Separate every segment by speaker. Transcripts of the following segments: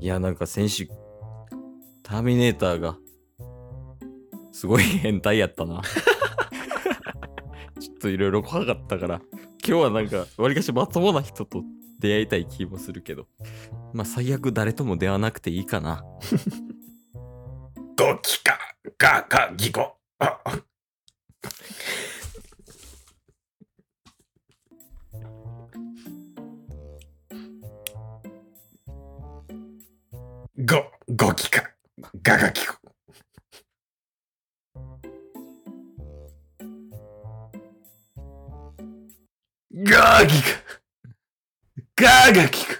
Speaker 1: いや、なんか先週、ターミネーターが、すごい変態やったな。 ちょっといろいろ怖かったから、今日はなんか、わりかしまともな人と出会いたい気もするけど、まあ最悪誰とも出会わなくていいかな。
Speaker 2: ゴキカ、ガカ、ギコ。あゴ、ゴキカ、ガガギコ。ガーギカ、ガガギカ。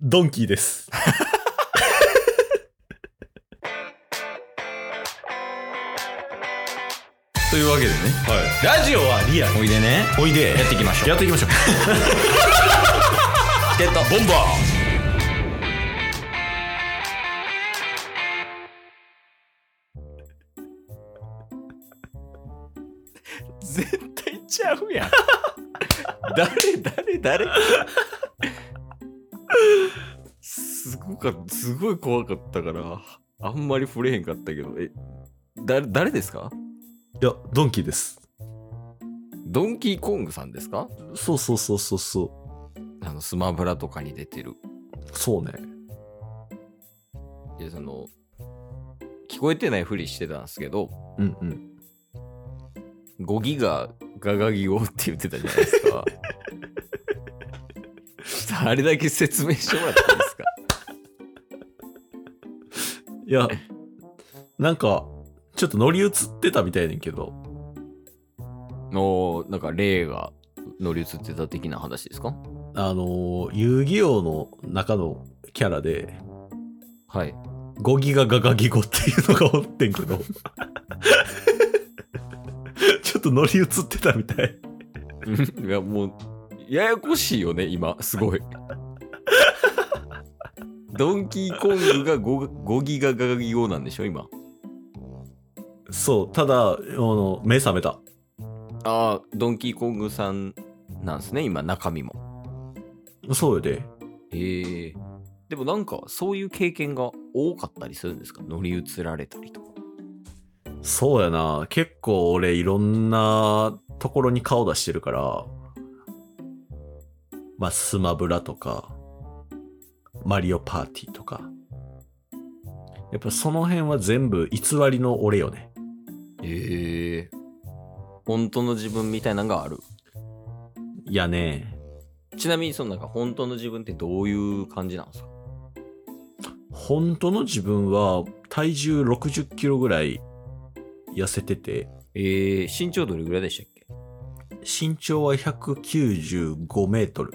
Speaker 3: ドンキー です。
Speaker 1: というわけでね、
Speaker 3: ラジオはリアル。
Speaker 1: おいでね、
Speaker 3: おいで。やっていきましょう。やっていきましょう。
Speaker 1: ゲット
Speaker 3: ボンバ
Speaker 1: 絶対ちゃうやん。 誰誰誰すごかった、すごい怖かったから、あんまり触れへんかったけど、え、だ誰ですか
Speaker 3: ーいや、ドンキーです。
Speaker 1: ドンキーコングさんですか
Speaker 3: そうそうそうそうそ
Speaker 1: あの、スマブラとかに出てる。
Speaker 3: う。そうね。
Speaker 1: いや、その、聞こえてないふりしてたんですけど、
Speaker 3: うんうん。
Speaker 1: 5ギガガガギゴって言ってたじゃないですか。ちょっとあれだけ説明してもらっていいですか
Speaker 3: いや、なんか、ちょっと乗り移ってたみたいねんけど。
Speaker 1: のなんか霊が乗り移ってた的な話ですか
Speaker 3: あのー、遊戯王の中のキャラで、
Speaker 1: はい。
Speaker 3: ゴギガガガギゴっていうのがおってんけど。 ちょっと乗り移ってたみたい。
Speaker 1: いやもうややこしいよね今す ごい。ドンキーコングが 5, 5ギガガガギゴなんでしょ今。
Speaker 3: そう、ただ、あの、目覚めた。
Speaker 1: ああドンキーコングさんなんですね今中身も。
Speaker 3: そうよね。
Speaker 1: へえ。でもなんかそういう経験が多かったりするんですか乗り移られたりとか。
Speaker 3: そうやな。結構俺いろんなところに顔出してるから、まあ、スマブラとか、マリオパーティーとか。やっぱその辺は全部偽りの俺よね。
Speaker 1: へえ。本当の自分みたいなのがある。
Speaker 3: いやね、
Speaker 1: ちなみにそのなんか本当の自分ってどういう感じなんですか
Speaker 3: 本当の自分は体重60キロぐらい痩せてて、
Speaker 1: えー、身長どれぐらいでしたっけ
Speaker 3: 身長は195メートル。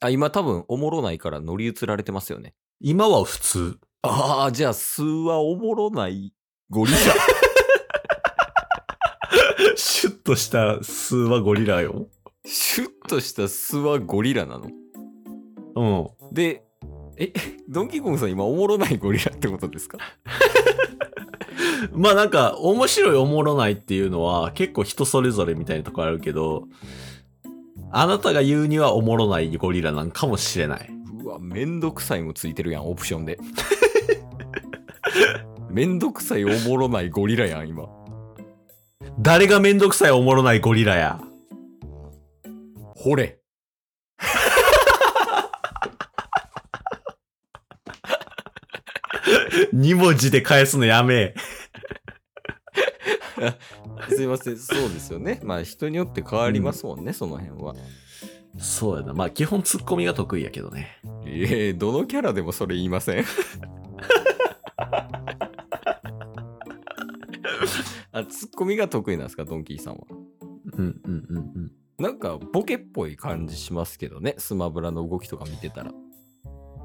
Speaker 1: あ、今多分おもろないから乗り移られてますよね。
Speaker 3: 今は普通。
Speaker 1: ああ、じゃあ数はおもろないゴリラ。
Speaker 3: シュッとした数はゴリラよ。
Speaker 1: シュッとした数はゴリラなの。
Speaker 3: うん。
Speaker 1: で、え、 ドンキーコングさん今おもろないゴリラってことですか
Speaker 3: まあなんか、面白いおもろないっていうのは結構人それぞれみたいなとこあるけど、あなたが言うにはおもろないゴリラなんかもしれない。
Speaker 1: うわ、めんどくさいもついてるやん、オプション で。めんどくさいおもろないゴリラやん、今。
Speaker 3: 誰がめんどくさいおもろないゴリラ や。
Speaker 1: ほれ。
Speaker 3: 2文字で返すのやめえ。
Speaker 1: すいません、そうですよね。まあ人によって変わりますもんね、その辺は。
Speaker 3: そうやな。まあ基本ツッコミが得意やけどね。
Speaker 1: ええどのキャラでもそれ言いません あツッコミが得意なんですかドンキーさんは
Speaker 3: うんうんうんうん。
Speaker 1: なんかボケっぽい感じしますけどねスマブラの動きとか見てたら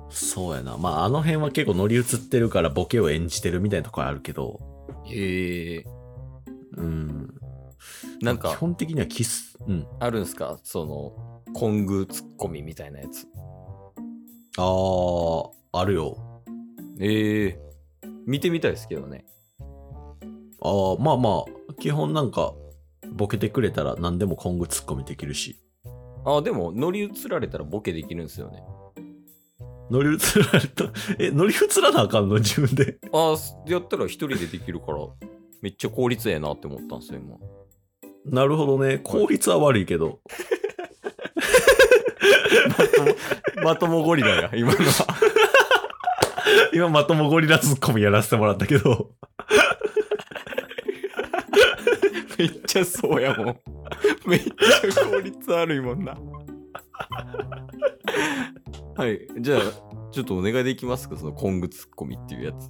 Speaker 3: そうやな。まああの辺は結構乗り移ってるからボケを演じてるみたいなとこあるけど、
Speaker 1: ええ
Speaker 3: うん。
Speaker 1: なん
Speaker 3: 基
Speaker 1: か
Speaker 3: 本的にはキス、うん。
Speaker 1: あるんですかそのコングツッコミみたいなやつ
Speaker 3: あー、あるよ。
Speaker 1: ええ見てみたいですけどね
Speaker 3: ああ、まあまあ、基本なんか、ボケてくれたら何でも今後ツッコミできるし。
Speaker 1: あ、でも、乗り移られたらボケできるんですよね。
Speaker 3: 乗り移られた、え、乗り移らなあかんの自分 で。
Speaker 1: あ、すやったら一人でできるから、めっちゃ効率ええなって思ったんですよ、今。
Speaker 3: なるほどね。効率は悪いけど。
Speaker 1: まともゴリラ や、今のは。
Speaker 3: 今まともゴリラツッコミやらせてもらったけど。
Speaker 1: めっちゃそうやもん。めっちゃ効率悪いもんな。はい、じゃあ、ちょっとお願いできますか、その今後ツッコミっていうやつ。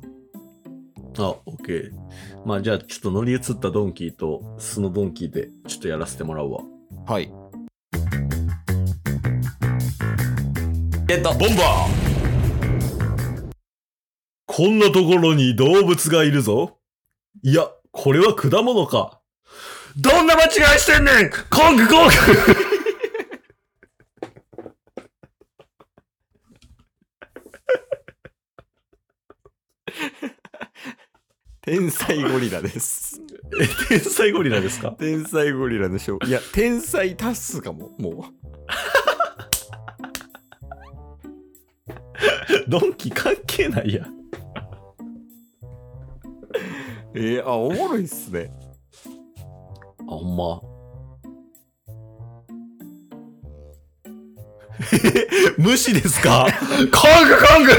Speaker 3: あ、オッケー。まあじゃあちょっと乗り移ったドンキーと素のドンキーでちょっとやらせてもらうわ。
Speaker 1: はい。ゲット
Speaker 2: ボンバー
Speaker 3: こんなところに動物がいるぞ。いや、これは果物か。
Speaker 2: どんな間違いしてんねんコングコング
Speaker 1: 天才ゴリラです。
Speaker 3: え、天才ゴリラですか
Speaker 1: 天才ゴリラの勝負。いや、天才多数かも、も
Speaker 3: ドンキ関係ないやん。
Speaker 1: う。えー、あ、おもろいっすね。
Speaker 3: あ、ほんま。 無視です か
Speaker 2: コングコング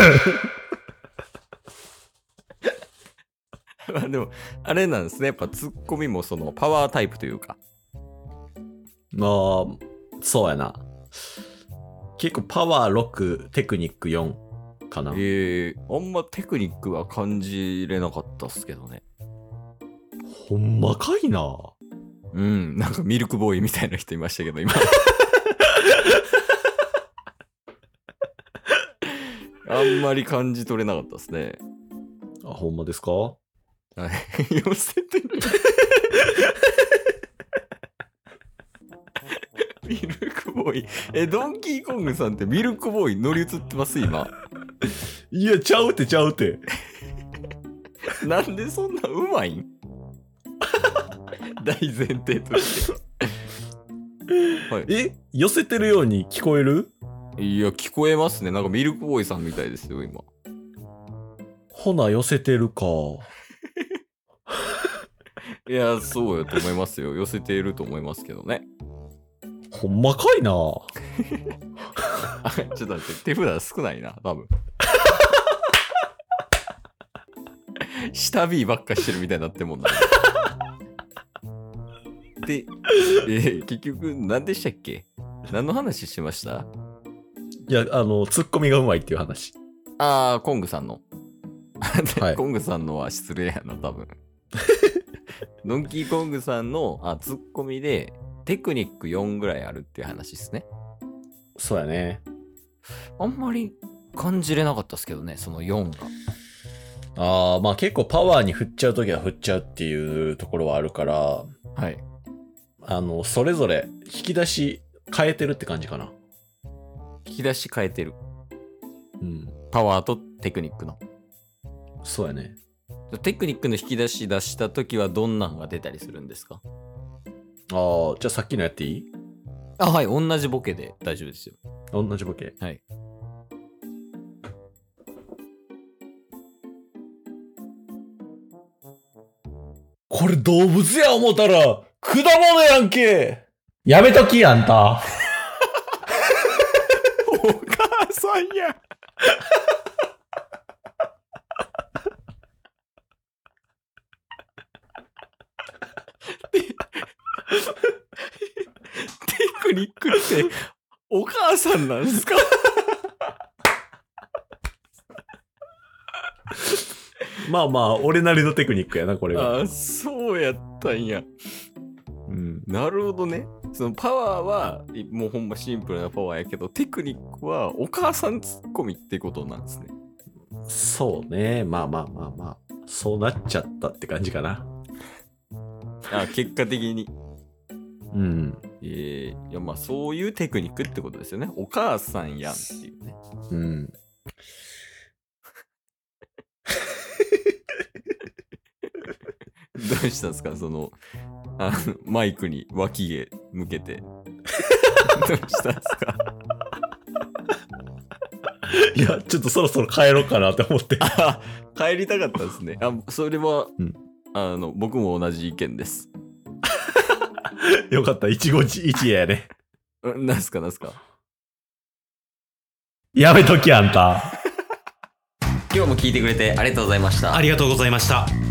Speaker 1: まあでも、あれなんですね。やっぱツッコミもそのパワータイプというか。
Speaker 3: まあ、そうやな。結構パワー6、テクニック4かな。
Speaker 1: えー、あんまテクニックは感じれなかったっすけどね。
Speaker 3: ほんまかいな。
Speaker 1: うん、なんかミルクボーイみたいな人いましたけど、今。 あんまり感じ取れなかったですね。
Speaker 3: あ、ほんまですか
Speaker 1: はい。 寄せてる。ミルクボーイ。え、ドンキーコングさんってミルクボーイ乗り移ってます今。
Speaker 3: いや、ちゃうってちゃうって。
Speaker 1: なんでそんなうまいん大前提として。
Speaker 3: え、寄せてるように聞こえる
Speaker 1: いや、聞こえますね。なんかミルクボーイさんみたいですよ、今。
Speaker 3: ほな、寄せてるか。
Speaker 1: いや、そうよと思いますよ。寄せていると思いますけどね。
Speaker 3: ほんまかいな。
Speaker 1: あ ちょっと待って、手札少ないな、多分。下 B ばっかしてるみたいになってるもんな。で、えー結局、何でしたっけ何の話しました
Speaker 3: いや、あの、ツッコミがうまいっていう話。
Speaker 1: あー、コングさんの。
Speaker 3: はい
Speaker 1: コングさんのは失礼やな、多分。ドンキーコングさんのあツッコミでテクニック4ぐらいあるっていう話ですね。
Speaker 3: そうやね。
Speaker 1: あんまり感じれなかったですけどね、その4が。
Speaker 3: ああ、まあ結構パワーに振っちゃうときは振っちゃうっていうところはあるから、
Speaker 1: はい。
Speaker 3: あの、それぞれ引き出し変えてるって感じかな。
Speaker 1: 引き出し変えてる。
Speaker 3: うん。
Speaker 1: パワーとテクニックの。
Speaker 3: そうやね。
Speaker 1: テクニックの引き出し出した時はどんなんが出たりするんですか
Speaker 3: ああ、じゃあさっきのやっていい
Speaker 1: あ、はい。同じボケで大丈夫ですよ。
Speaker 3: 同じボケ。
Speaker 1: はい。
Speaker 3: これ動物や思たら、果物やんけやめときやんた。
Speaker 1: お母さん やテクニックってお母さんなんですか
Speaker 3: まあまあ、俺なりのテクニックやな、これ は。
Speaker 1: あそうやったんや。
Speaker 3: うん。
Speaker 1: なるほどね。そのパワーはいもうほんまシンプルなパワーやけど、テクニックはお母さんツッコミってことなんですね。
Speaker 3: そうね。まあまあまあまあ。そうなっちゃったって感じかな。
Speaker 1: あ結果的に。
Speaker 3: うん。
Speaker 1: えー、いやまあそういうテクニックってことですよね。お母さんやんっていうね。
Speaker 3: うん。
Speaker 1: どうしたんですかそのあのマイクに脇毛向け てどうしたんですか
Speaker 3: いや、ちょっとそろそろ帰ろうかなって思 って。
Speaker 1: あ 帰りたかったですねあそれは、
Speaker 3: うん
Speaker 1: あの僕も同じ意見です
Speaker 3: よかった、一期一会やね。
Speaker 1: うんなんすかなんすか
Speaker 3: やめときあんた。
Speaker 1: 今日も聞いてくれてありがとうございました
Speaker 4: ありがとうございました。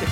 Speaker 4: す